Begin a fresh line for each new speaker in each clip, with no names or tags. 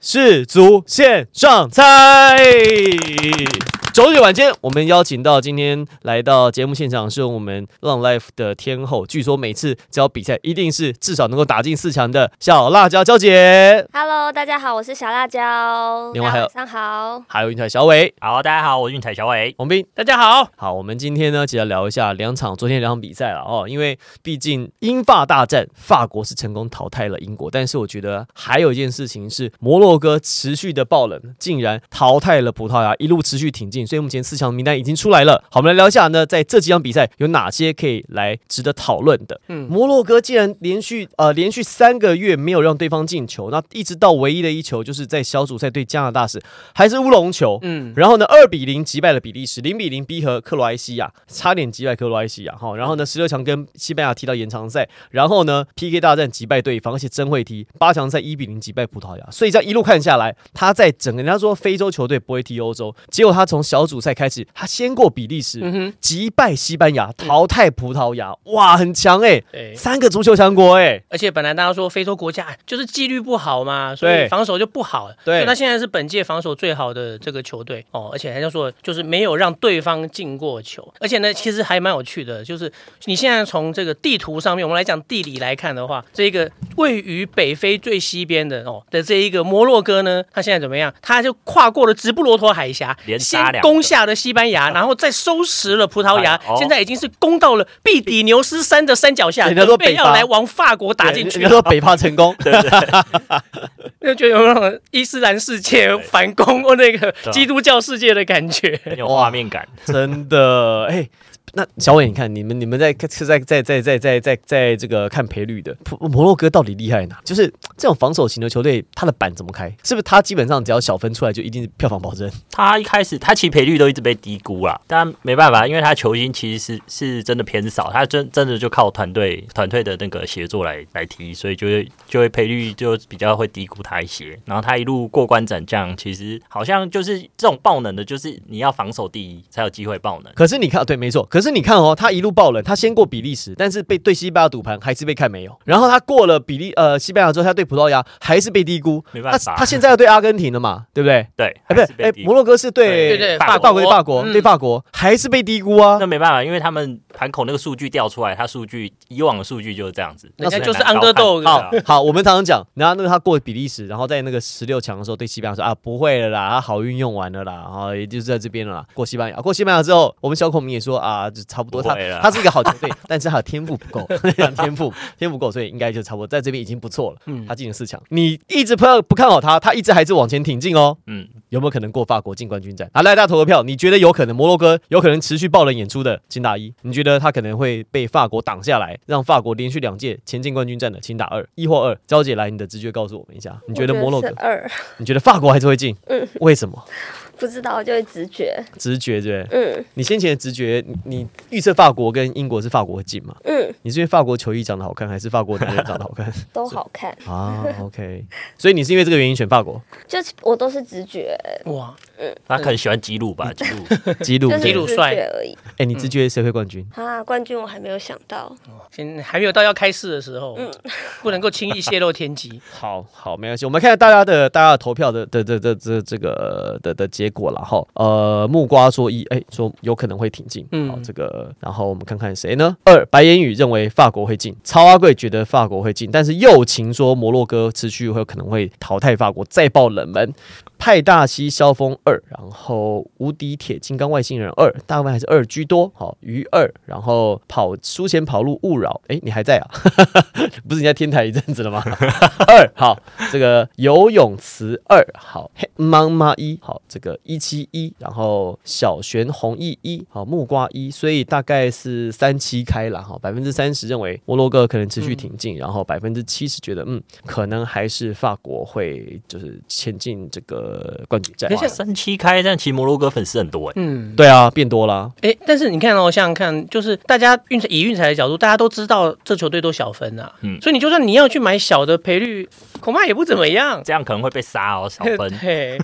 世足线上猜。周日晚间，我们邀请到今天来到节目现场是我们浪 life 的天后，据说每次只要比赛，一定是至少能够打进四强的小辣椒娇姐，
Hello，大家好，我是小辣椒，
另外还有
大家晚上好。
还有运台小伟、
好，大家好，我是运彩小伟。
洪斌。
大家好，
好，我们今天呢，其实要聊一下两场昨天两场比赛了哦，因为毕竟英法大战，法国是成功淘汰了英国，但是我觉得还有一件事情是摩洛哥持续的爆冷，竟然淘汰了葡萄牙，一路持续挺进，所以目前四强名单已经出来了。好，我们来聊一下呢，在这几场比赛有哪些可以来值得讨论的？嗯，摩洛哥竟然连续呃连续三个月没有让对方进球，那一直到唯一的一球就是在小组赛对加拿大时还是乌龙球，嗯，然后呢，二比零击败了比利时，零比零逼和克罗埃西亚，差点击败克罗埃西亚哈。然后
嗯
呢，十六强跟西班牙踢到延长赛，然后呢 PK 大战击败对方，而且真会踢，八强赛一比零击败葡萄牙。所以这样一路看下来，他在整个人家说非洲球队不会踢欧洲，结果他从小组赛开始，他先过比利时，
嗯
击败西班牙，淘汰葡萄牙，哇，很强哎、
对，
三个足球强国哎、
而且本来大家说非洲国家哎就是纪律不好嘛，所
对
以防守就不好。
对
所以他现在是本届防守最好的这个球队哦，而且还要说就是没有让对方进过球，而且呢，其实还蛮有趣的，就是你现在从这个地图上面，我们来讲地理来看的话，这个位于北非最西边的哦的这一个摩洛哥呢，它现在怎么样？它就跨过了直布罗陀海峡，
连
先
杀两个
攻下了西班 牙，然后再收拾了葡萄牙
哎，哦
现在已经是攻到了毕底牛斯山的山脚下，
人家说
准备
北伐
要来往法国打进去
人家，说北帕成功，
就觉得有那种伊斯兰世界反攻或那个基督教世界的感觉。
很有画面感。
真的， 哎、那小伟，你看你们你们在是在在在在在在在这个看赔率的摩摩洛哥到底厉害哪？就是这种防守型的球队，他的板怎么开？是不是他基本上只要小分出来就一定是票房保证？
他一开始他其实赔率都一直被低估啦，但没办法，因为他球星其实是是真的偏少，他真真的就靠团队团队的那个协作来来踢，所以就会就会赔率就比较会低估他一些。然后他一路过关斩将，其实好像就是这种爆冷的，就是你要防守第一才有机会爆冷。
可是你看，对，没错。可是你看哦，他一路爆冷，他先过比利时，但是被对西班牙赌盘还是被看没有。然后他过了比利呃西班牙之后，他对葡萄牙还是被低估。
没
那
办法
他现在要对阿根廷了嘛，对不对？
对，
哎，不
还
是
是，
哎
被，低估
摩洛哥是对
对对
法
法
国
国
对法国
嗯
对法国还是被低估啊
那。没办法，因为他们盘口那个数据调出来，他数据以往的数据就是这样子，
人家
那
就是
很难高看
underdog
对啊
好，我们常常讲，然后那个他过比利时，然后在那个十六强的时候对西班牙说啊不会了啦，他好运用完了啦，然后也就是在这边了啦。过西班牙，过西班牙之后，我们小孔明也说啊，就差不多，
不
他
会了
他是一个好球队，但是他的天赋不够， 天赋天赋不够，所以应该就差不多在这边已经不错了。他进了四强，你一直不要不看好他，他一直还是往前挺进哦。
嗯，
有没有可能过法国进冠军战？啊，来大家投个票，你觉得有可能摩洛哥有可能持续爆冷演出的，请打一；你觉得他可能会被法国挡下来，让法国连续两届前进冠军战的，请打二，一或二。娇姐来，你的直觉告诉我们一下，你觉得摩洛
我
哥
是？啊二？
你觉得法国还是会进？嗯，为什么？
不知道就会直觉。
直觉对不对？
嗯
你先前的直觉，你你预测法国跟英国是法国会进吗？
嗯，
你是因为法国球衣长得好看，还是法国男人长得好看
都好看，
啊？OK，所以你是因为这个原因选法国，
就是我都是直觉，
哇，
他可能喜欢吉鲁吧，吉鲁。
吉鲁
就
对
是
吉鲁
直
帅
觉而已
哎、你直觉谁会冠军？
啊。冠军我还没有想到，
现在还没有到要开市的时候，不能够轻易泄露天机。
好好，没关系，我们看看大家的大家的投票的的的的这这个的的结果了哈。呃，木瓜说一，哎，说有可能会挺进，嗯，
嗯
好，这个，然后我们看看谁呢？二，白言语认为法国会进，曹阿贵觉得法国会进，但是右琴说摩洛哥持续会有可能会淘汰法国，再爆冷门。派大西萧峰二，然后无敌铁金刚外星人二，大部分还是二居多。好，鱼二，然后跑书前跑路勿扰。哎，你还在啊？不是你在天台一阵子了吗？ 二好，这个游泳池二好，嘿妈妈一好，这个一七一，然后小旋红一一好，木瓜一，所以大概是三七开了哈，百分之三十认为摩洛哥可能持续挺进，然后百分之七十觉得嗯，可能还是法国会就是前进这个冠军战
可。
哇，
是
三七开战，其实摩洛哥粉丝很多哎、
嗯，
对啊，变多啦。
哎，但是你看哦，想想看，就是大家运彩以运彩的角度，大家都知道这球队都小分啊，
嗯
所以你就算你要去买小的赔率，恐怕也不怎么样。
这样可能会被杀哦，小分。
对，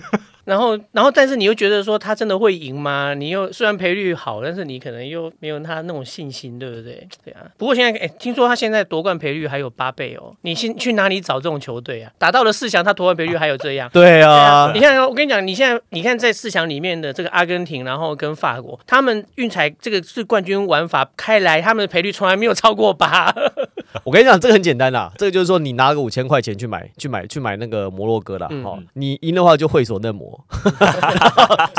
然后然后但是你又觉得说他真的会赢吗？你又虽然赔率好，但是你可能又没有他那种信心，对不对？对啊。不过现在哎，听说他现在夺冠赔率还有八倍哦，你去去哪里找这种球队啊？打到了四强，他夺冠赔率还有这 样。
对啊
你，
对
看哦，我跟你讲，你现在你看在四强里面的这个阿根廷，然后跟法国，他们运彩这个是冠军玩法开来，他们的赔率从来没有超过八。
我跟你讲，这个很简单啦，这个就是说你拿个五千块钱去买去买去买那个摩洛哥啦，
嗯
哦，你赢的话就会所嫩模，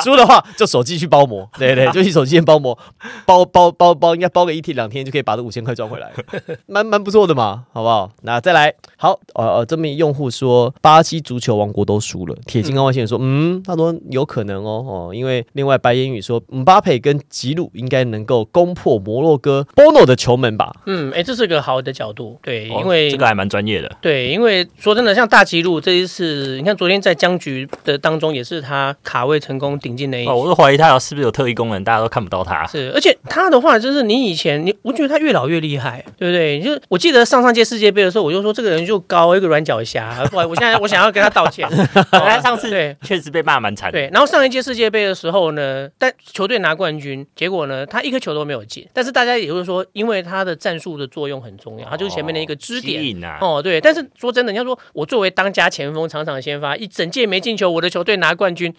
输的话就手机去包膜，对对，就去手机店包膜，包包包包，应该包个一天两天就可以把这五千块赚回来， 蛮蛮不错的嘛，好不好？那再来，好，呃呃，这名用户说巴西足球王国都输了，铁金刚外线说，嗯，他说有可能哦哦，因为另外白言语说，姆巴佩跟吉鲁应该能够攻破摩洛哥 Bono 的球门吧，
嗯，哎，这是个好的角度，对，
哦
因为、
这个还蛮专业的。
对，因为说真的，像大吉路这一次，你看昨天在僵局的当中，也是他卡位成功顶进那一球。
哦，我都怀疑他是不是有特异功能，大家都看不到 他。
是，而且他的话就是你以前你，我觉得他越老越厉害，对不对？就我记得上上届世界杯的时候，我就说这个人就高一个软脚虾，我我现在我想要跟他道 歉。哦
他上次
对
确实被骂蛮惨的。
对，然后上一届世界杯的时候呢，但球队拿冠军，结果呢他一颗球都没有进，但是大家也就是说，因为他的战术的作用很重要，他就是前面的一个支点
吸。引啊。
哦，对，但是说真的，你要说我作为当家前锋，场场先发，一整届没进球，我的球队拿冠军，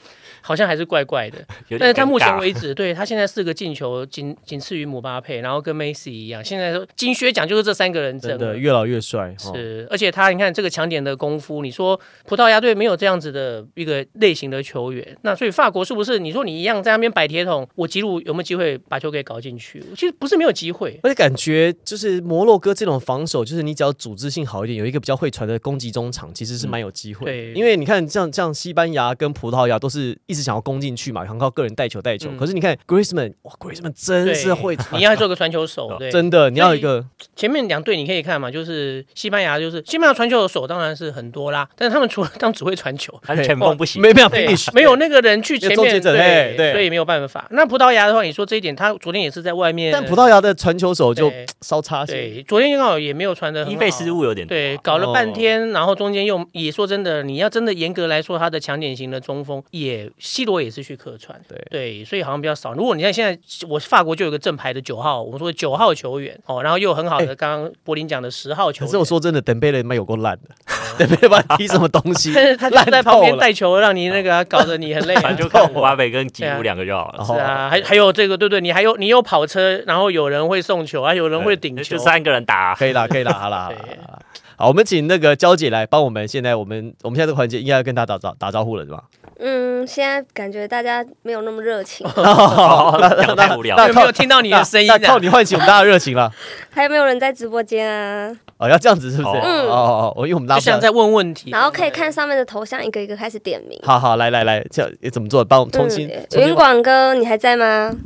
好像还是怪怪的。
有点
但是他目前
尴尬
为止，对他现在四个进球，仅仅次于姆巴佩，然后跟梅西一样，现在都金靴奖就是这三个人
真
争
的
了。
越老越帅，哦
是，而且他你看这个强点的功夫，你说葡萄牙队没有这样子的一个类型的球员，那所以法国是不是你说你一样在那边摆铁桶，我吉鲁有没有机会把球给搞进去？其实不是没有机会，
而且感觉就是摩洛哥这种防守，就是你只要组织性好一点，有一个比较会传的攻击中场，其实是蛮有机会。
嗯对
因为你看像像西班牙跟葡萄牙都是一直想要攻进去嘛，想靠个人带球带球。
嗯
可是你看 Griezmann，哇，Griezmann 真是
对
会传
你，要做个传球
哦
手，对，
真的，你要一个
前面两队你可以看嘛，就是西班牙，就是西班牙传球的手当然是很多啦，但是他们除了当只会传球，
他前锋不
哦
行，
没办法
对啊
finish，
哦没有那个人去前
啊有终结
面
者
对
嘿对
所以没有办法。那葡萄牙的话，你说这一点，他昨天也是在外面，
但葡萄牙的传球手就
对
稍差些。
对昨天刚好也没有传的
伊费失误有点多
对，
哦
搞了半天，然后中间又也说真的，你要真的严格来说，他的强点型的中锋也 C 罗也是去客串，
对
所以好像比较少。如果你看现在，我法国就有个正牌的九号，我们说九号球员哦，然后又有很好的刚刚柏林讲的十号
哎可
球员，，
是我说真的，等贝雷妈有够烂的， 等贝雷妈踢什么东西
但是啊他就
烂
在
透
旁边
了
带球，让你那个啊搞得你很累、啊
反。正就看姆巴佩跟吉鲁两个就好了。
哦
是啊，还还有这个，对不对，你还有你有跑车，然后有人会送球，还有人会顶球
就，三个人打、
可以啦，可以啦，好啦。好啦
对
好啦好，我们请那个娇姐来帮我们。现在我们我们现在这个环节应该要跟她打招打招呼了，是吧？
嗯，现在感觉大家没有那么热情，
哦，讲太无聊
那
有没有听到你的声音
那
啊？
那靠你唤起我们大家的热情了。
还有没有人在直播间啊？
哦，要这样子是不是？
哦
哦哦哦，我因为我们拉
就
不下
像。在问问题，
然后可以看上面的头像，一个一个开始点名。
好好，来来来，这样怎么做？帮我们重新
嗯，
重新
云广哥，你还在吗？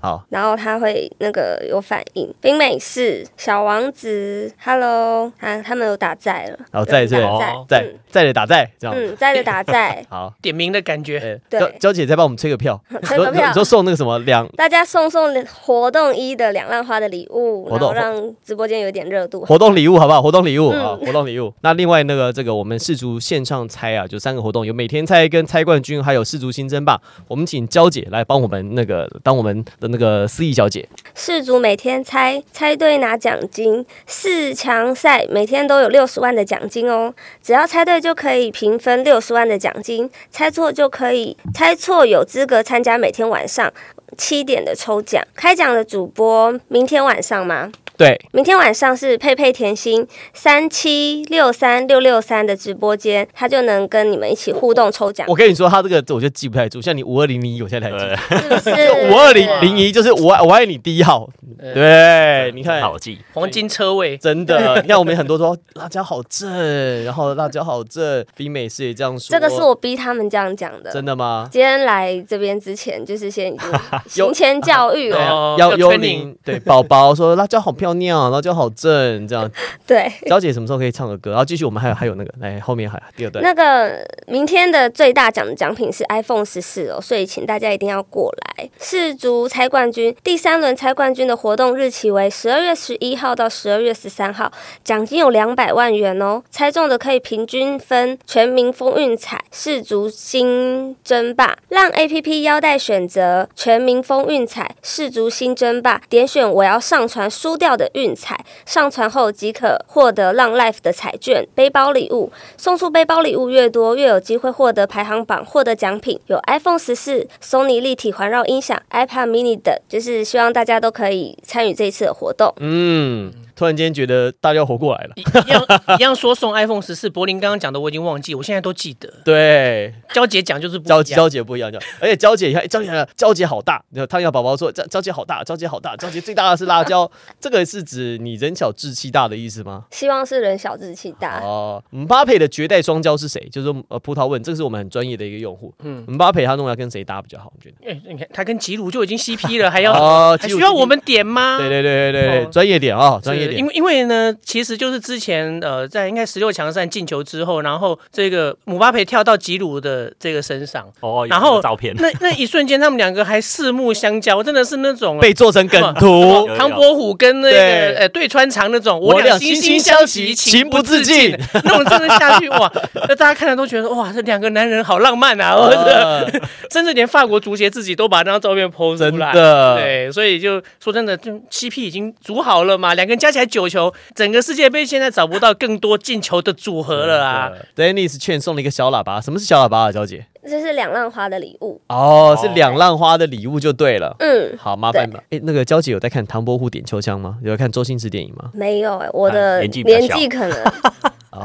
好。
然后他会那个有反应，冰美式、小王子，Hello，他啊他们有打在了，
好在
有人打
哦
在，
在
嗯
在的打在这样。，
嗯，在的打在
好，
点名的感觉。
哎，
对
娇娇姐再帮我们吹个票，
吹
你
个
说
票
你，说送那个什么两
大家送送活动一的两浪花的礼物，
活
然
动
后让直播间有一点热 度。
活动礼物好不好？活动礼物
嗯
啊，活动礼物。那另外那个这个我们世足线上猜啊，就三个活动，有每天猜跟猜冠军，还有世足新争霸。我们请娇姐来帮我们那个当我们的那个司仪小姐。
世足每天猜猜对拿奖金，四强赛每天都有六十万的奖金哦，只要猜对就可以平分六十万的奖金，猜错就可以猜错有资格参加每天晚上七点的抽奖。开奖的主播明天晚上吗？
对，
明天晚上是佩佩甜心三七六三六六三的直播间，他就能跟你们一起互动抽奖
我，跟你说，她这个我就记不太住，像你五二零零一，我现在才记。
对，
是不是？
五二零零一就是我爱我爱你第一号，
嗯
对，你看，
好记，
黄金车 位，
真的，你看我们很多说辣椒好正，然后辣椒好正，比美式也这样说，
这个是我逼他们这样讲的，
真的吗？
今天来这边之前，就是先已经
有
行前教育
对啊
了。
哦
要
要
幽
training
灵对宝宝说辣椒好漂尿尿，然后就好正这样。
对，
娇姐什么时候可以唱个歌？然后继续，我们还有还有那个，来后面还第二段。
那个明天的最大奖奖品是 iPhone 十四哦，所以请大家一定要过来。世足猜冠军第三轮猜冠军的活动日期为十二月十一号到十二月十三号，奖金有两百万元哦，猜中的可以平均分全民风韵彩、世足新争霸，让 APP 腰带选择全民风韵彩、世足新争霸，点选我要上传输掉的韵彩，上传后即可获得浪 Life 的彩券、背包礼物，送出背包礼物越多，越有机会获得排行榜，获得奖品有 iPhone 十四、Sony 立体环绕音响、iPad Mini 等，就是希望大家都可以参与这一次的活动。
嗯，突然间觉得大家活过来了。
一一样一样说送 iPhone 十四，柏林刚刚讲的我已经忘记，我现在都记得。
对，
娇姐讲就是不
娇
一样，
娇姐不一样，娇而且娇姐你看，哎娇姐还有娇姐好大。然后汤小宝宝说，娇娇姐好大，娇姐好大，娇姐最大的是辣椒。 这个是指你人小志气大的意思吗？
希望是人小志气大。
哦，姆巴佩的绝代双骄是谁？就是说呃，葡萄问，这个是我们很专业的一个用户。嗯，姆巴佩他弄来跟谁搭比较好？你觉得？
哎你看他跟吉鲁就已经 CP 了，还要、
哦
还需要我们点吗？
对对对对对
哦
对，专业点啊，专业
是因
点。
为因为呢，其实就是之前呃，在应该十六强赛进球之后，然后这个姆巴佩跳到吉鲁的这个身上，
哦，有
然
这个
后
照片，
那那一瞬间，他们两个还四目相交，真的是那种
被做成梗 图，
有
唐伯虎跟那
对
个呃对穿肠那种，
我俩
惺
惺惺
相
相惜
情
情不自
禁
禁，
那种真的下去哇，那大家看了都觉得哇，这两个男人好浪漫啊！我的，
呃
甚至连法国足协自己都把那张照片 PO
真
出来。
的。
对，所以就说真的，就 CP 已经组好了嘛，两个人加起来九球，整个世界杯现在找不到更多进球的组合了啊
嗯
啦。
Dennis 劝送了一个小喇叭，什么是小喇叭啊，娇姐？
这是两浪花的礼物。
哦，是两浪花的礼物就对 了。
嗯，
好，麻烦吧。哎，那个娇姐有在看唐伯虎点秋香吗？有在看周星驰电影 吗？
没有哎、我
啊
的
年纪比较
年
小
纪可 能
哦，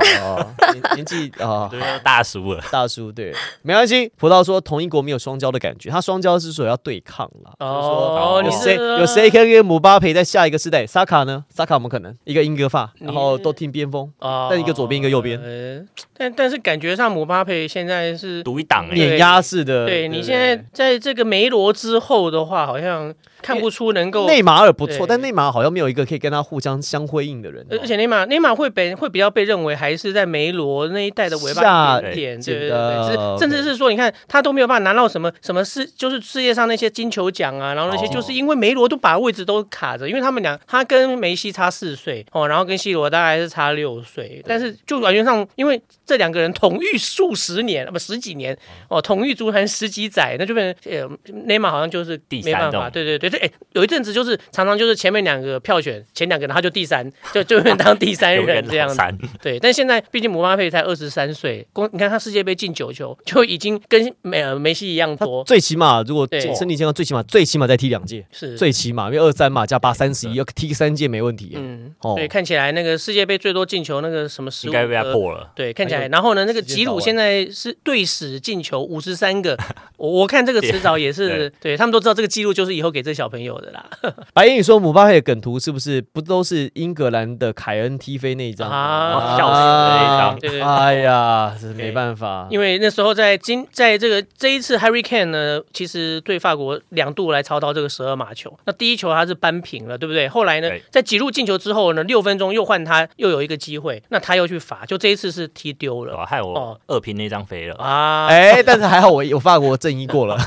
年年纪哦，
就是大叔了。
大叔对，没关系。葡萄说同一国没有双骄的感觉，他双骄是说要对抗啦。
哦，
有
你
谁
是
有谁可以跟姆巴佩在下一个世代？萨卡呢？萨卡我们可能一个英格发，然后都听边锋，
哦
但一个左边一个右边
呃但但是感觉上姆巴佩现在是。
独一档哎、
对
碾压式的。
对你
不
现在在这个梅罗之后的话，好像看不出能够，
内马尔不错，
对呃
但内马尔好像没有一个可以跟他互相相辉映的人哦。
而且内马内马会被会比较被认为还是在梅罗那一代的尾巴
下
一点点，
进
对对
的
对，
OK
只甚至是说，你看他都没有办法拿到什么什么世，就是世界上那些金球奖啊，然后那些
哦
就是因为梅罗都把位置都卡着，因为他们俩他跟梅西差四岁哦，然后跟 C 罗大概是差六岁，但是就完全上，因为这两个人同育数十年，啊不十几年哦，同育足坛十几载，那就变成呃内马好像就是
第
没
三
办法，
种
对对对对，哎，有一阵子就是常常就是前面两个票选前两个，然后他就第三，就就变成当第三
有人
人这样子。
三，
对，但现在毕竟姆巴佩才二十三岁，光你看他世界杯进九球，就已经跟梅呃梅西一样
他
多，
最起码如果
对
身体健康，最起码最起码再踢两届，
是
最起码因为二三嘛加八三十一，要踢三届没问题耶。
嗯，
哦
对，看起来那个世界杯最多进球那个什么十
应
五
该被他
个。
破了。哎
对，看起
还
来，
有
然后呢，那个
时间
吉
到
鲁
位
现在是队史进球五十三个，我我看这 个迟早也是，对他们都知道这个记录就是以后给这小朋友的啦。
白英宇说姆巴佩的梗图是不是不都是英格兰的凯恩踢飞那一张？
啊
笑死了那一张
对对对
哎呀，这没办法，
因为那时候在今在这个这一次 Harry Kane 呢，其实对法国两度来操刀这个十二码球，那第一球他是扳平了，对不对？后来呢
对，
在几路进球之后呢，六分钟又换他又有一个机会，那他又去罚，就这一次是踢丢
对
了
吧？害我
哦
二平那张飞了，
啊。
哎，但是还好我我法国正一过 了，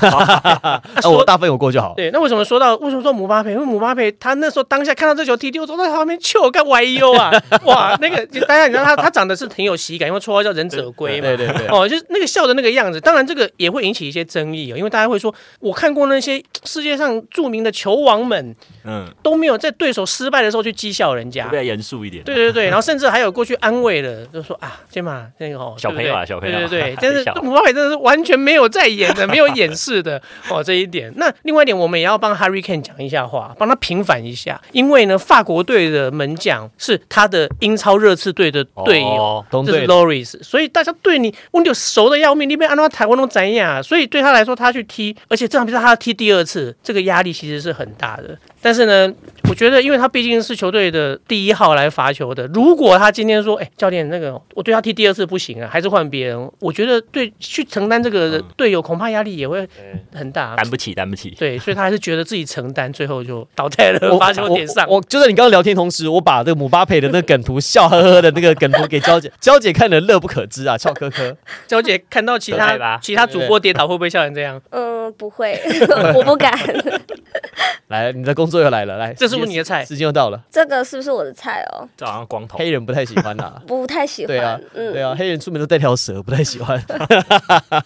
那我大分有过就好。
对，那为什么说到为什么说姆巴佩？因为姆巴佩他那时候当下看到这球踢丢，我说在旁边球干歪优啊，哇，那个大家你知道他他长得是挺有喜感，因为绰号叫忍者龟嘛，
对对对，
哦，就是那个笑的那个样子。当然，这个也会引起一些争议哦，因为大家会说，我看过那些世界上著名的球王们
嗯，
都没有在对手失败的时候去讥笑人
要
家
不。要严肃一点？啊
对对对，然后甚至还有过去安慰了，就说啊，肩膀那个哦，
小朋友
对
啊
不
小朋
对
友啊
对对对，但
笑
是姆巴佩真的是完全没有在演 的，没有掩饰的哦这一点。那另外一点，我们也要帮 Harry Kane 讲一下话，帮他平反一下，因为呢，法国队的门将是他的英超热刺队的队友，
哦
同
这是
队
Loris，所以大家对你温就熟的要命，你被按照台湾都怎样，所以对他来说，他去踢，而且这场比赛他要踢第二次，这个压力其实是很大的。但是呢，我觉得，因为他毕竟是球队的第一号来罚球的。如果他今天说，哎、教练，那个我对他踢第二次不行啊，还是换别人，我觉得对去承担这
嗯
个队友恐怕压力也会很大。
担不起，担不起。
对，所以他还是觉得自己承担，最后就倒在了
我
罚球点上。
我我我就在你刚刚聊天同时，我把这个姆巴佩的那个梗图笑呵呵的那个梗图给娇姐， 娇姐看得乐不可支啊，笑呵 呵。
娇姐看到其
可爱吧
他其他主播跌倒，会不会笑成这样？
嗯，不会， 我不敢。
来，你的工作又来了，来，
这是不
时
是
间
你的菜
时间又到了，
这个是不是我的菜哦？。
这好像光头。
黑人不太喜欢啊
不太喜欢。
对啊，
嗯，
对啊，黑人出门都带条蛇，不太喜欢。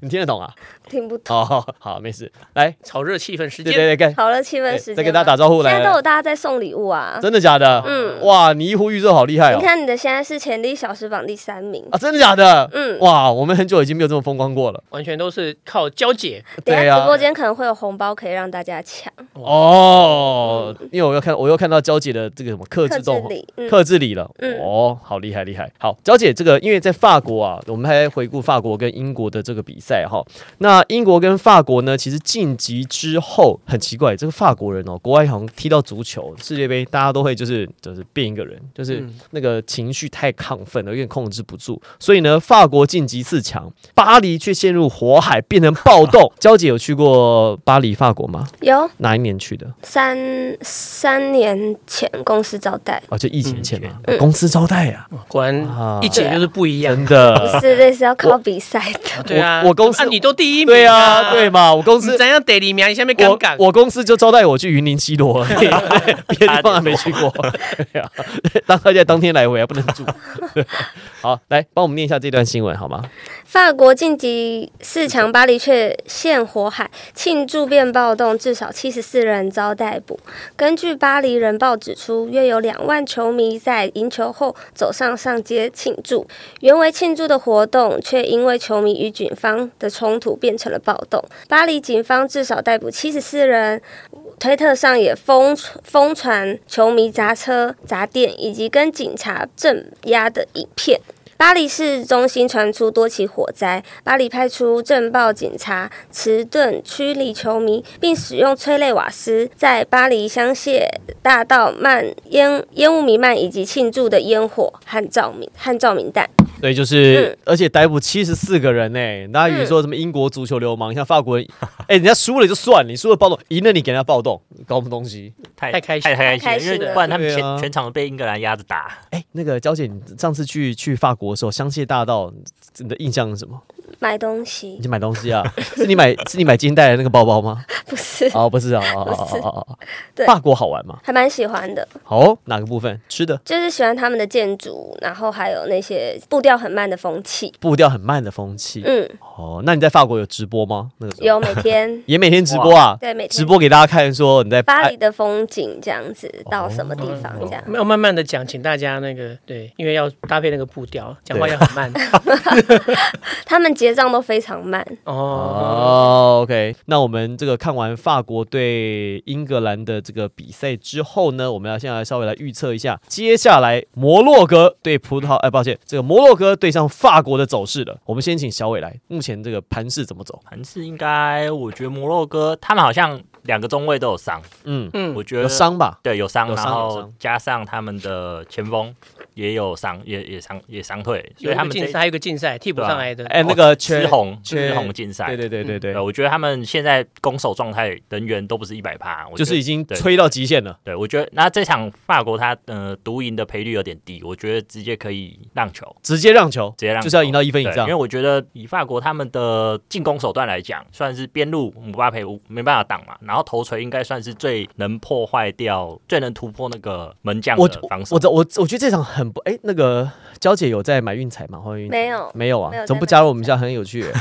你听得懂啊？
听不懂。
哦，好，没事。来，
炒热气氛时
对
间。
对对，跟
好了，气氛时间
再
吧
哎跟大家打招呼
现
来
在都
了
有，大家在送礼物啊。
真的假的？
嗯
哇，你一呼预奏好厉害哦
你！看你的现在是潜力小时榜第三名。
啊，真的假的？
嗯
哇，我们很久已经没有这么风光过了。
完全都是靠娇姐，
等一
对
下
啊
直播间可能会有红包可以让大家抢，
哦，因为我又看我又看到娇姐的这个什么克制
克制
动画。
礼。嗯，
克制里了，
嗯
哦，好厉害厉害！好，娇姐，这个因为在法国啊，我们还在回顾法国跟英国的这个比赛哈。那英国跟法国呢，其实晋级之后很奇怪，这个法国人哦，国外好像踢到足球世界杯，大家都会就是就是变一个人，就是
嗯
那个情绪太亢奋了，有点控制不住。所以呢，法国晋级四强，巴黎却陷入火海，变成暴 动。娇姐有去过巴黎法国吗？
有
哪一年去的？
三三年前公司招待，
哦，就疫情前嘛，
嗯
公司招待呀、
果然
啊，
一姐就是不一样。
真
不
的。
是这是要靠比赛的。
对啊，
我我公司
啊你都第一名，
对啊，对，嘛，我公司
啊你怎样得里面下面尴尬
我，我公司就招待我去云林西罗， 别的地方还没去过。 对啊，当而且当天来回还不能住。 好，来帮我们念一下这段新闻好吗？
法国晋级四强，巴黎却陷火海，庆祝变暴动，至少七十四人遭逮捕。根据巴黎人报指出，约有两万球迷在赢球后走上上街庆祝。原为庆祝的活动，却因为球迷与警方的冲突变成了暴动。巴黎警方至少逮捕七十四人。推特上也疯疯传球迷砸车、砸店以及跟警察镇压的影片。巴黎市中心传出多起火灾，巴黎派出镇暴警察迟钝驱离球迷，并使用催泪瓦斯在巴黎香榭大道漫烟烟雾弥漫，以及庆祝的烟火和照明和照明弹。
对，就是
嗯，
而且逮捕七十四个人呢、那与说什么英国足球流氓，像法 国人，哎，人家输了就算，你输了暴动，赢了你给人家暴动，搞什么东西？
太
太开心
太开
太开心
心，了，因为
了
不然他们全、
对啊
全场被英格兰压着打。
哎，那个娇姐，你上次去去法国的时候，香榭大道，你的印象是什么？
买东
你
西
去买东 西啊？是你买是你买金带的那个包包吗？
不是，
哦，不是啊，哦哦哦哦哦哦，
对
法国好玩吗？
还蛮喜欢的，
好哦，哪个部分？吃的，
就是喜欢他们的建筑，然后还有那些步调很慢的风气。
步调很慢的风气。
嗯，
哦，那你在法国有直播吗？那个时候
有每 天
也每天直播啊，
对每天
直播给大家看，说你在
巴黎
哎
的风景这样子，到什么地方这样。
哦
没有慢慢的讲，请大家那个对，因为要搭配那个步调，讲话要很 慢
他们结账都非常慢，
哦。
哦，OK，那我们这个看完法国对英格兰的这个比赛之后呢，我们要现在稍微来预测一下接下来摩洛哥对葡萄，哎，抱歉，这个摩洛哥对上法国的走势了。我们先请小伟来，目前这个盘势怎么走？
盘是应该，我觉得摩洛哥他们好像两个中卫都有伤，
嗯，
嗯
我，觉
有
得
伤吧？
对有伤，
有伤
然
有
后
伤
加上他们的前锋也有伤，也也伤也伤退，所
有一
以他
个
们
竞赛，
这哦
还有一个竞赛替补上来的，
哎，那个缺
吃红
缺
吃红竞赛，
对对对对对
对，，我觉得他们现在攻守状态人员都不是一百趴，我
就
觉得
是已经
对
吹到极限了。
对，我觉得那这场法国他呃独赢的赔率有点低，我觉得直接可以让球，
直接让球，
直接让
就是要
球
赢到一分以
对，
上
因为。我觉得以法国他们的进攻手段来讲，算是边路姆巴佩无没办法挡嘛，然后头锤应该算是最能破坏掉、最能突破那个门将
我
的防守
我。我我觉得这场很不哎、那个娇姐有在买运彩吗？换运彩
没有
没有
没
啊，
有
怎么
在
不
买
加入
运
我们一下？很有趣 耶，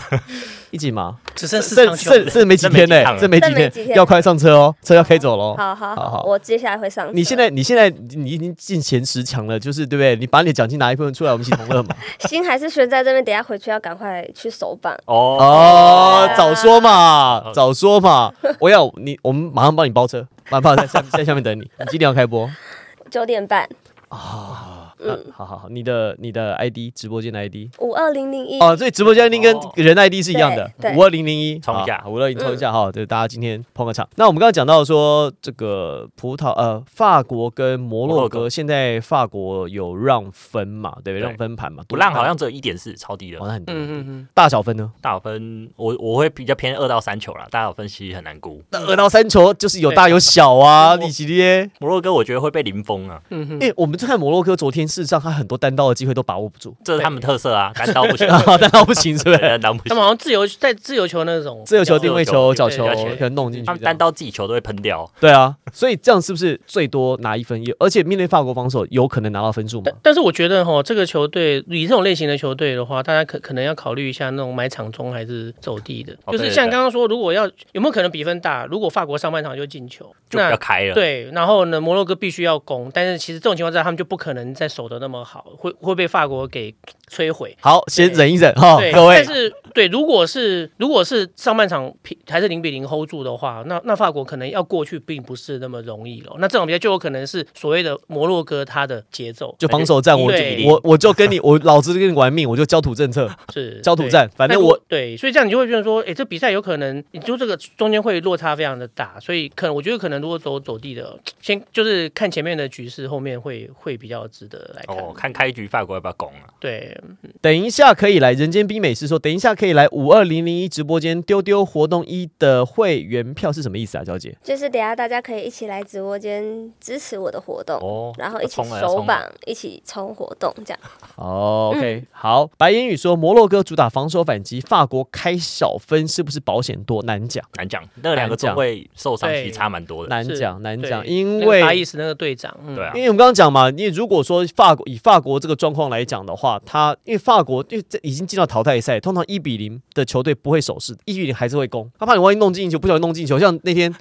一起 吗？
只剩四
剩
场球，
剩剩没几天呢、
剩
剩没
几
几
趟了
天
剩没几，天
要快上车哦，车要开走喽。
好
好
好
好
好，我接下来会上车。
你现在你现在你已经进前十强了，就是对不对？你把你的奖金拿一部分出来，我们一起同乐 嘛。哦
心还是悬在这边，等一下回去要赶快去手绑。
哦，
哦，
啊
早说嘛，早说嘛！我要你，我们马上帮你包车，马上在下在下面等你。你几点要开播？
九点半，
嗯、
嗯，
好好好，你的你的 ID 直播间的 ID
五二零零一，
哦，所以直播间 ID 跟
哦
人 ID 是一样的，
对对
五二零零一
冲一下
五二零冲一
嗯
下哈，对，大家今天捧个场。那我们刚刚讲到说，这个葡萄呃，法国跟摩
摩
洛
洛
哥，
哥
现在法国有让分嘛，对不对？
对
让分盘嘛，
不让好像只有一点四，超低的
好。像很低。
嗯嗯嗯，
大小分呢？
大小分我我会比较偏二到三球啦，大小分其实很难估。
那二到三球就是有大有小啊，
嗯对
利奇列。
摩洛哥我觉得会被零封啊，
哎、我们就看摩洛哥昨天，事实上他很多单刀的机会都把握不 住，哦
这是他们特色啊，单刀 不行，
单刀不行，是不
对，
是？
单刀不
他
行
们，好像自由在自由球那种
自由球、定位球、
自
角
由球
球
对对对
可能弄进去这
他
样。
们单刀自己球都会喷掉。
对啊，所以这样是不是最多拿一分一？而且面对法国防守，有可能拿到分数吗
但？但是我觉得哈，这个球队以这种类型的球队的话，大家可可能要考虑一下那种买场中还是走地的，
哦
就是
对对
像
对
刚刚说，如果要有没有可能比分大？如果法国上半场就进球，
就比
那
较开了，，
对，然后呢，摩洛哥必须要攻，但是其实这种情况之下，他们就不可能再守得那么好，会会被法国给摧毁。
好，先忍一忍哈
对，，
哦各位
但。是对，如果是如果是上半场平还是零比零 hold 住的话，那那法国可能要过去并不是那么容易了。那这种比赛就有可能是所谓的摩洛哥他的节奏
就防守战，我
对
我我就跟你，我老子跟你玩命，我就焦土政策、
是
焦土战，反
那
正
如
我
对，所以这样你就会觉得说，哎、这比赛有可能，你就这个中间会落差非常的大，所以可能我觉得可能如果走走地的，先就是看前面的局势，后面会会比较值得来看。
哦，看开局法国要不要攻啊？
对，
等一下可以来人间冰美式说，等一下可以来五二零零一直播间丢丢活动一的会员票是什么意思啊，小姐？
就是等一下大家可以一起来直播间支持我的活动。
哦，
然后
要
一起
冲了要
手
冲了
绑，一起冲活动这样。
嗯
哦、o k 好。白言语说，摩洛哥主打防守反击，法国开小分是不是保险多？难讲，
难讲，那两个中卫受伤其实差蛮多的。
难讲，难
对
讲，因
那个达
为
意思那个队长，嗯、
对啊
因为我们刚刚讲嘛，你如果说法国以法国这个状况来讲的话，他因为法国因为这已经进到淘汰赛，通常一比零的球队不会守势，一比零还是会攻，他怕你万一弄进球，不小心弄进球，像那天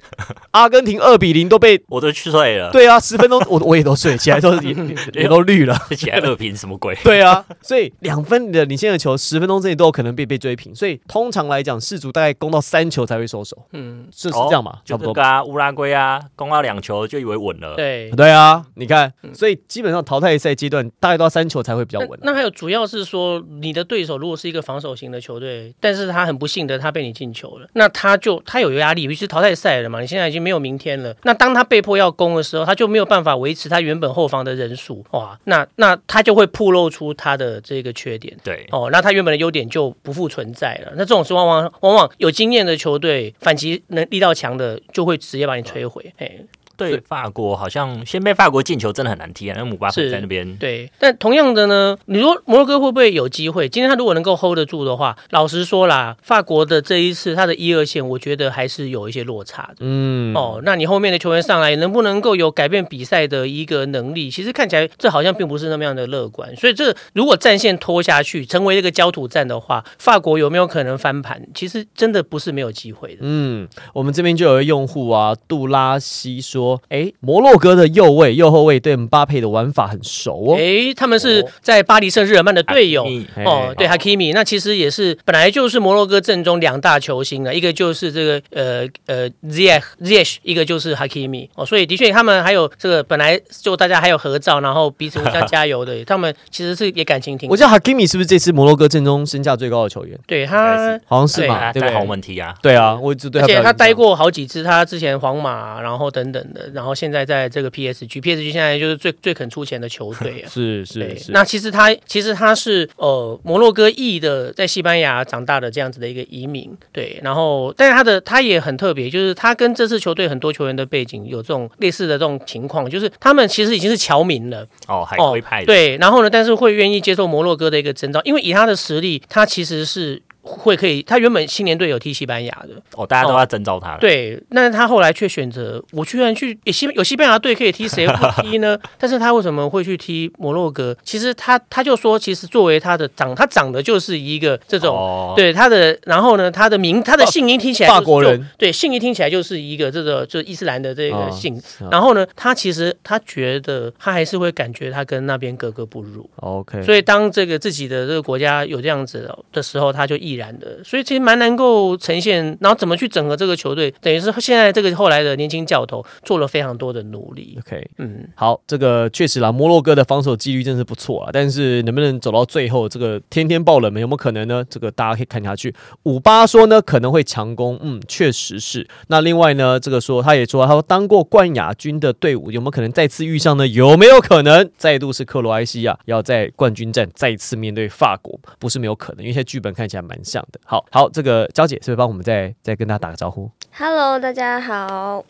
阿根廷二比零都被。
我都去睡 了，
对啊，十分钟我我也都睡，起来都是也也都绿了。
起来二平什么 鬼？
对啊，所以两分的领先的球，十分钟之内都有可能被被追平。所以通常来讲，世足大概攻到三球才会收手，
嗯，
是是这样嘛？差
就
不多
这。个啊，乌拉圭啊，攻到两球就以为稳了。
对。
对啊，你看，所以基本上淘汰赛阶段大概到三球才会比较
那
稳。
那还有，主要是说你的对手如果是一个防守型的球队，但是他很不幸的他被你进球了，那他就他有压力，尤其是淘汰赛了嘛，你现在已经没有明天了。那当他被迫要攻的时候，他就没有办法维持他原本后防的人数，哇，那那他就会暴露出他的这个缺点。
对，
哦，那他原本的优点就不复存在了。那这种情况往往往往有经验的球队反击能力道强的，就会直接把你摧毁。哎，
对法国好像先被法国进球真的很难踢啊，那姆巴佩
是
在那边
对，但同样的呢，你说摩洛哥会不会有机会？今天他如果能够 hold 得住的话，老实说啦，法国的这一次他的一二线，我觉得还是有一些落差的。
嗯，
哦，那你后面的球员上来能不能够有改变比赛的一个能力？其实看起来这好像并不是那么样的乐观。所以这如果战线拖下去，成为这个焦土战的话，法国有没有可能翻盘？其实真的不是没有机会的。
嗯，我们这边就有一位用户啊，杜拉西说，哎，摩洛哥的右卫、右后卫对姆巴佩的玩法很熟哦。
诶，他们是在巴黎圣日耳曼的队友。
哎
哦，对
哦
，Hakimi，那其实也是本来就是摩洛哥阵中两大球星啊了，一个就是这个呃呃 Ziyech Ziyech，一个就是 Hakimi 哦，所以的确他们还有这个本来就大家还有合照，然后彼此互相加油 的，他们其实是也感情挺
我。记得 Hakimi 是不是这次摩洛哥阵中身价最高的球员？
对
应该
他
是，
好像是
对
嘛，
啊
对不
在豪
对？
门踢啊，
对啊，我就对
而
他比较
且
有印象，
他待过好几次，他之前皇马，然后等等的，然后现在在这个 PSG，PSG 现在就是最最肯出钱的球队啊。
是
对
是，是。
那其实他其实他是呃摩洛哥裔的，在西班牙长大的这样子的一个移民，对。然后，但是他的他也很特别，就是他跟这支球队很多球员的背景有这种类似的这种情况，就是他们其实已经是侨民了，
哦，海归派的，
对。然后呢，但是会愿意接受摩洛哥的一个征召，因为以他的实力，他其实是。会可以，他原本青年队有踢西班牙的，
哦，大家都要征召他了。
对，但是他后来却选择，我居然去也西有西班牙队可以踢，谁不踢呢？ 但是他为什么会去踢摩洛哥？其实他他就说，其实作为他的长，他长得就是一个这种。
哦，
对他的，然后呢，他的名，他的姓名听起来、就是、
法国人
就，对姓名听起来就是一个这个，就是伊斯兰的这
哦
个姓。
啊
然后呢，他其实他觉得他还是会感觉他跟那边格格不入，
OK，
所以当这个自己的这个国家有这样子的时候，他就毅然的，所以其实蛮能够呈现，然后怎么去整合这个球队，等于是现在这个后来的年轻教头做了非常多的努力。
OK，
嗯，
好，这个确实啦，摩洛哥的防守纪律真是不错啊，但是能不能走到最后，这个天天爆冷门有没有可能呢？这个大家可以看下去。五八说呢可能会强攻，嗯，确实是。那另外呢，这个说他也说，他说当过冠亚军的队伍有没有可能再次遇上呢？有没有可能再度是克罗埃西亚要在冠军战再次面对法国？不是没有可能，因为现在剧本看起来蛮像的。好好，这个娇姐是不是帮我们再再跟大家打个招呼？
Hello，大家好，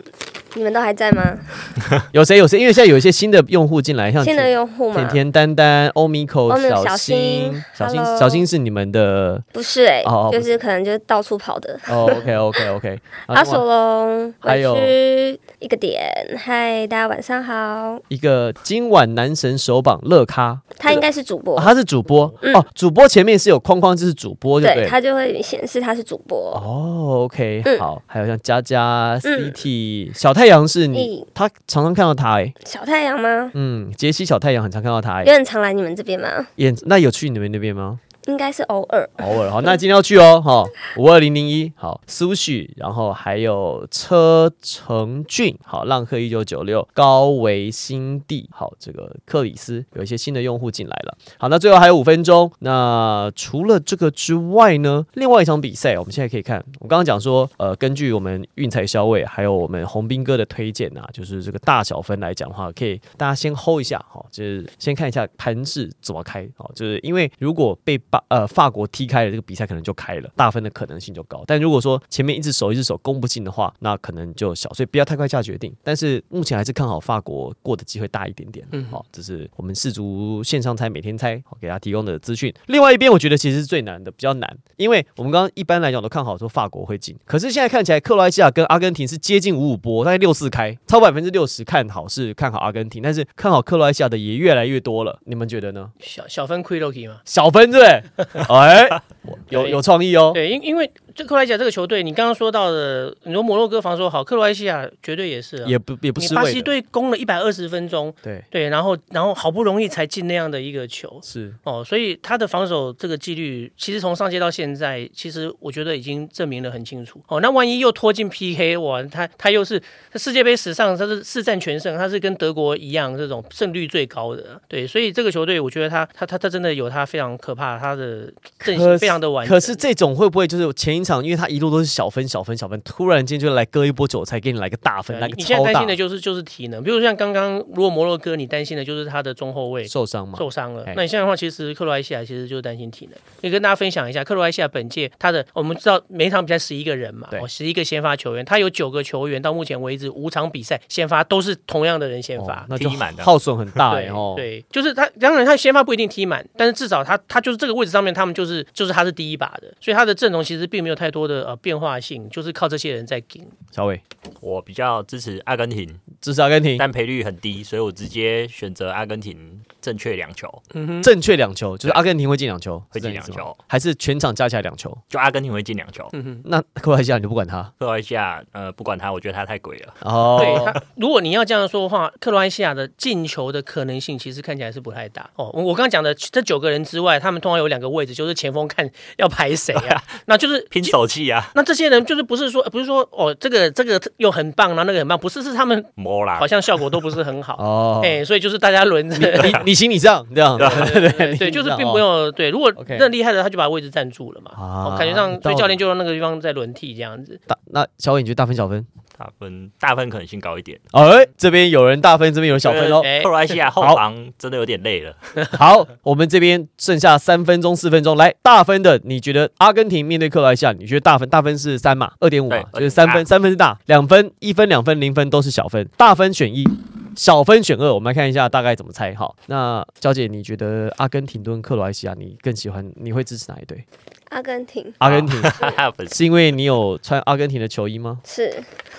你们都还在吗？
有谁有谁？因为现在有一些新的用户进来，像
新的用户吗
甜？甜丹丹、欧米口、
欧米口
小新、小
哦小
新
新、Hello
小新是你们的
不是哎、
哦哦不
就是是可能就是到处跑的。
哦。OK OK OK，
阿索隆，
还有
委屈一个点，嗨，大家晚上好。
一个今晚男神首榜乐咖，
他应该是主播，
哦他是主播哦，主播前面是有框框，这是主播，对不
嗯对
对？
他就会显示他是主播。
哦，OK，
嗯
好，还有像佳佳、
嗯
CT、小太阳是你
嗯，
他常常看到他哎，
小太阳吗？
嗯，杰西小太阳很常看到他
有
哎，
很常来你们这边吗？
也那有去你们那边吗？
应该是偶尔。
偶尔好，那今天要去哦，哈，五二零零一，好，sushi，然后还有车成俊，好，浪客一九九六，高维新地，好，这个克里斯有一些新的用户进来了，好，那最后还有五分钟，那除了这个之外呢，另外一场比赛，我们现在可以看，我刚刚讲说，呃，根据我们运财消位还有我们红兵哥的推荐啊，就是这个大小分来讲的话，可以大家先 hold 一下，好，就是先看一下盘势怎么开，好，就是因为如果被法呃法国踢开了，这个比赛可能就开了，大分的可能性就高。但如果说前面一只手一只手攻不进的话，那可能就小，所以不要太快下决定。但是目前还是看好法国过的机会大一点点。嗯，好，这是我们世足线上猜每天猜好给大家提供的资讯。另外一边，我觉得其实是最难的，比较难，因为我们刚刚一般来讲都看好说法国会进，可是现在看起来克罗埃西亚跟阿根廷是接近五五波，大概六四开，超百分之六十看好是看好阿根廷，但是看好克罗埃西亚的也越来越多了。你们觉得呢？
小小分亏 l o k y 嘛，
小分对不 对？哎，有有创意哦。
对，因因为这克罗埃西亚这个球队，你刚刚说到的，你说摩洛哥防守好，克罗埃西亚绝对也是、啊，
也不也不
你
失
巴西
位的，
队攻了一百二十分钟，
对，
对，然后然后好不容易才进那样的一个球，
是
哦，所以他的防守这个纪律，其实从上届到现在，其实我觉得已经证明的很清楚。哦，那万一又拖进 PK，哇，他他又是他世界杯史上他是四战全胜，他是跟德国一样这种胜率最高的。对，所以这个球队，我觉得他他他他真的有他非常可怕，他的
可
阵型非常的完整。啊
可是这种会不会就是前一场，因为他一路都是小分、小分、小分，突然间就来割一波韭菜，给你来个大分，
对
来
你
个
你现在
超
担
大
心的，就是就是体能，比如像刚刚如果摩洛哥，你担心的就是他的中后卫
受伤嘛？
受伤了
哎。
那你现在的话，其实克罗埃西亚其实就是担心体能。也跟大家分享一下，克罗埃西亚本届他的，我们知道每一场比赛十一个人嘛
对，
哦，十一个先发球员，他有九个球员到目前为止五场比赛先发都是同样的人先发
哦。那就
踢满的
耗损很大哎
对
哦。
对，就是他，当然他先发不一定踢满，但是至少他他就是这个位置上面，他们就是就是他是第一把的，所以他的阵容其实并没有太多的呃变化性，就是靠这些人在顶。
小伟，
我比较支持阿根廷，
这是阿根廷
但赔率很低，所以我直接选择阿根廷正确两球，
正确两球，就是阿根廷会进两球，
会
是
进
这样
两
子吗
球，
还是全场加起来两球？
就阿根廷会进两球。
那克罗埃西亚你就不管他
克罗埃西亚，呃，不管他，我觉得他太鬼了。
对
哦。
他，如果你要这样说的话，克罗埃西亚的进球的可能性其实看起来是不太大哦。我我刚刚讲的这九个人之外，他们通常有两个位置，就是前锋看要排谁 啊，那就是
拼。手气啊，
那这些人就是不是说不是说哦，这个这个又很棒，然后那个很棒，不是是他们
摸啦
好，像效果都不是很好，
哦，
哎、所以就是大家轮着，
你你行你上这样，哦对
对 对，就是并没。有对。如果
哦 OK
那厉害的他就把位置占住了嘛，
啊
哦，感觉上所以
道
教练
理
就让那个地方在轮替这样子。
大那小伟，你觉得大分小分？
大分大分可能性高一点。
哎，这边有人大分，这边有人小分哦。
哎
克罗埃西亚后
好
防真的有点累了，
好，我们这边剩下三分钟、四分钟，来大分的，你觉得阿根廷面对克罗埃西亚，你觉得大分？大分是三嘛，二点五嘛，就
对
是三分，
2.5
三分是大，两分、一分、两分、零分都是小分，大分选一，小分选二。我们来看一下大概怎么猜。好，那娇姐，你觉得阿根廷跟克罗埃西亚，你更喜欢，你会支持哪一队？
阿根廷
阿根廷
粉丝
是因为你有穿阿根廷的球衣吗？
是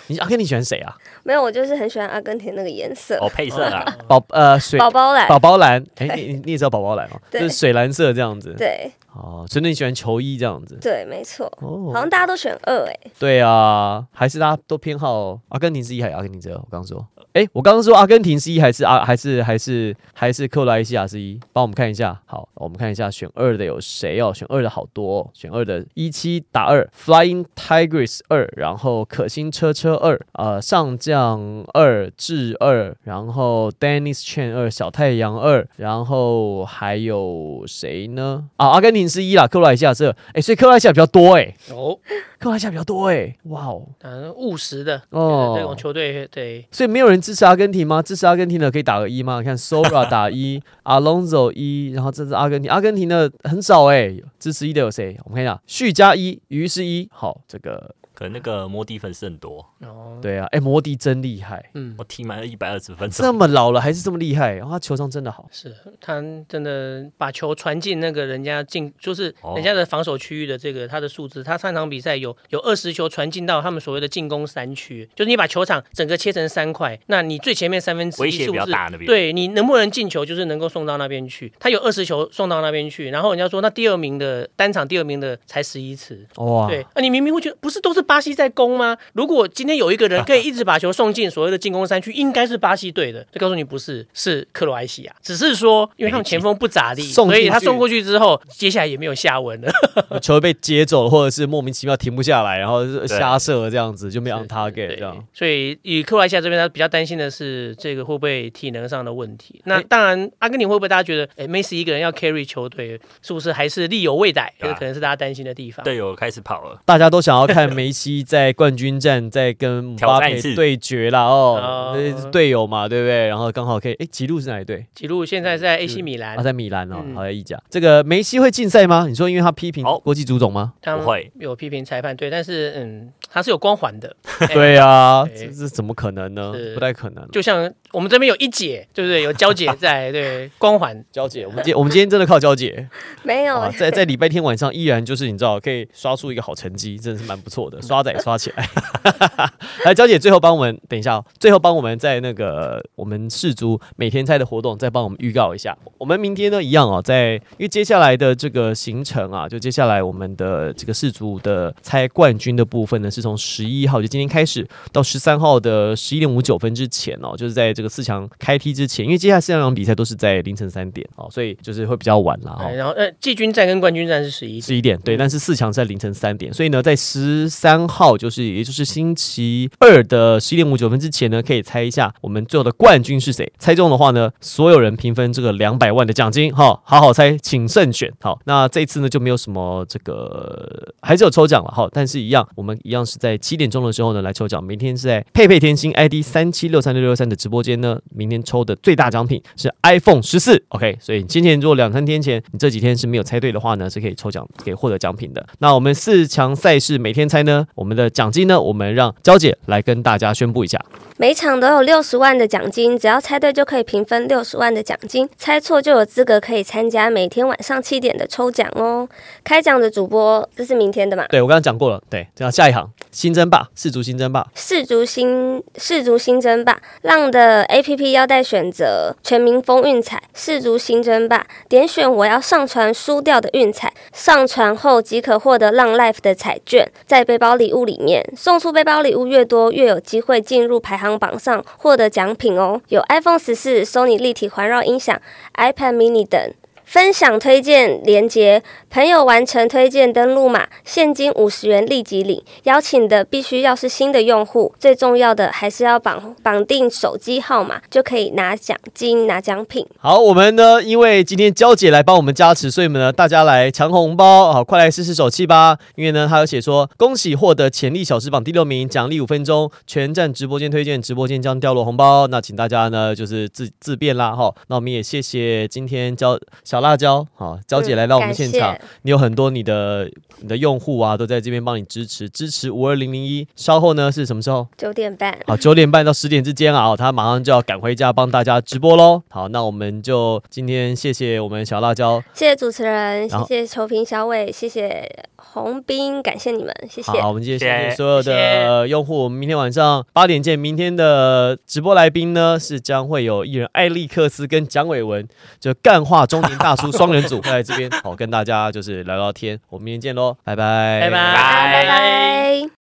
你阿根廷喜欢谁啊？
没有，我就是很喜欢阿根廷那个颜色，
哦配色啊，
宝呃水
宝宝蓝。
宝宝蓝，哎，你你你也知道宝宝蓝哦，就
对
是水蓝色这样子。
对，
哦，所以你喜欢球衣这样子
对，没错，好
哦？
像大家都选二哎、
对啊，还是大家都偏好阿根廷是一还是阿根廷是二？我刚刚说，哎，我刚刚说阿根廷是一还是阿、还是还是还是克罗埃西亚是一？帮我们看一下，好，我们看一下选二的有谁哦？选二的好多、哦，选二的一七打二，Flying Tigers 二，然后可心车车二，呃，上将二智二，然后 Dennis Chen 二，小太阳二，然后还有谁呢？啊，阿根廷是一啦，克罗埃西亚是二，哎，所以克罗埃西亚比较多哎、
哦，
克罗埃西亚比较多哎，哇哦
嗯，务实的
哦
这种球队对
所以没有人支持阿根廷吗？支持阿根廷的可以打个一吗？你看 Sora 打一，Alonso 一，然后这是阿根廷，阿根廷的很少哎、支持一的有谁？我们看一下，旭加一，于是一，好，这个
可能那个摩迪粉丝很多，
哦，
对啊，哎、摩迪真厉害，
嗯
我，踢满了一百二十分
这
钟，
么老了还是这么厉害，然、后他球商真的好，
是他真的把球传进那个人家进，就是
哦
人家的防守区域的这个他的数字，他三场比赛有有二十球传进到他们所谓的进攻三区，就是你把球场整个切成三块，那你最前面三分之
威
一
胁
是
比
不
较
是
大那边。，
对你能不能进球，就是能够送到那边去。他有二十球送到那边去，然后人家说那第二名的单场第二名的才十一次。
哇，
对，啊，你明明会觉得不是都是巴西在攻吗？如果今天有一个人可以一直把球送进所谓的进攻三区，应该是巴西队的。就告诉你不是，是克罗埃西亚，只是说因为他们前锋不咋地，
哎送
所以他
进去
送过去之后，接下来也没有下文了。
球被接走了，或者是莫名其妙停不下来，然后是
对
瞎射这样子就没
是
on target
对
这样。
所以以克罗埃西亚这边，他比较担心的是这个会不会体能上的问题。那
哎
当然，阿根廷会不会大家觉得，哎，梅西一个人要 carry 球队，是不是还是力有未逮？这
对啊
个可能是大家担心的地方。
队友开始跑了，
大家都想要看梅西在冠军战在跟姆巴
挑战一
佩
次
对决啦 哦，
哦
那是队友嘛，对不对？然后刚好可以，哎，吉路是哪一队？
吉路现在是在 AC 米兰
啊，，在米兰哦，
嗯
好在意甲。这个梅西会禁赛吗？你说因为他批评
好
国际足总 吗？
他
不会
有批评裁判对，但是嗯，他是有光环的，
对啊，
哎
这这怎么可能呢
是？
不太可能。
就像我们这边有一姐，对不对？有娇姐在，对光环。
娇姐，我们今天我们今天真的靠娇姐，
没有、
哇在哦在礼拜天晚上依然就是你知道可以刷出一个好成绩，真的是蛮不 错的，刷仔刷起来。 来，娇姐最后帮我们等一下、哦，最后帮我们在那个我们氏族每天猜的活动再帮我们预告一下。我们明天呢一样哦，在因为接下来的这个行程啊，就接下来我们的这个氏族的猜冠军的部分呢，是从十一号就今天开始到十三号的十一点五九分之前哦，就是在这个四强开踢之前，因为接下来四强场比赛都是在凌晨三点哦，所以就是会比较晚啦 哈、哦
哎。然后呃，季军战跟冠军战是十一嗯
十一点，对，但是四强是在凌晨三点，所以呢，在十三号，就是也就是星期二的十一点五九分之前呢，可以猜一下我们最后的冠军是谁。猜中的话呢，所有人平分这个两百万的奖金，哈，好好猜，请慎选。好，那这一次呢就没有什么这个，还是有抽奖了，哈，但是一样，我们一样是在七点钟的时候呢来抽奖，明天是在佩佩甜心 ID 三七六三六六三的直播间呢，明天抽的最大奖品是 iPhone 十四，OK，所以你今天如果两三天前你这几天是没有猜对的话呢，是可以抽奖可以获得奖品的。那我们四强赛事每天猜呢，我们的奖金呢，我们让娇姐来跟大家宣布一下。
每场都有六十万的奖金，只要猜对就可以平分六十万的奖金，猜错就有资格可以参加每天晚上七点的抽奖哦。开奖的主播，这是明天的嘛？
对我刚刚讲过了，对，这样下一行新增吧，四足新增吧，
世足新世足新争霸，浪的 APP 腰带选择全民风运彩，世足新争霸，点选我要上传输掉的运彩，上传后即可获得浪 Life 的彩券，在背包礼物里面送出背包礼物越多，越有机会进入排行榜上获得奖品哦，有 iPhone 十四、Sony 立体环绕音响、iPad mini 等。分享推荐连接，朋友完成推荐登录码，现金五十元立即领。邀请的必须要是新的用户，最重要的还是要绑绑定手机号码，就可以拿奖金、拿奖品。
好，我们呢，因为今天娇姐来帮我们加持，所以呢，大家来抢红包，好，快来试试手气吧。因为呢，她有写说，恭喜获得潜力小时榜第六名，奖励五分钟，全站直播间推荐，直播间将掉落红包。那请大家呢，就是自自便啦，哈。那我们也谢谢今天娇小辣椒，好，娇姐来到我们现场，
嗯感谢
你有很多你的你的用户啊，都在这边帮你支持，支持五二零零一。稍后呢是什么时候？
九点半，
好，九点半到十点之间啊，哦他马上就要赶回家帮大家直播喽。好，那我们就今天谢谢我们小辣椒，
谢谢主持人，谢
然后
谢球评小伟，谢谢红兵，感谢你们，谢谢。
好，我们今天谢
谢
谢
谢
所有的用户，我们明天晚上八点见。明天的直播来宾呢是将会有艺人艾利克斯跟蒋伟文，就干话中年大叔双人组在哎这边，好跟大家就是聊聊天，我们明天见喽，拜拜，
拜
拜
拜
拜。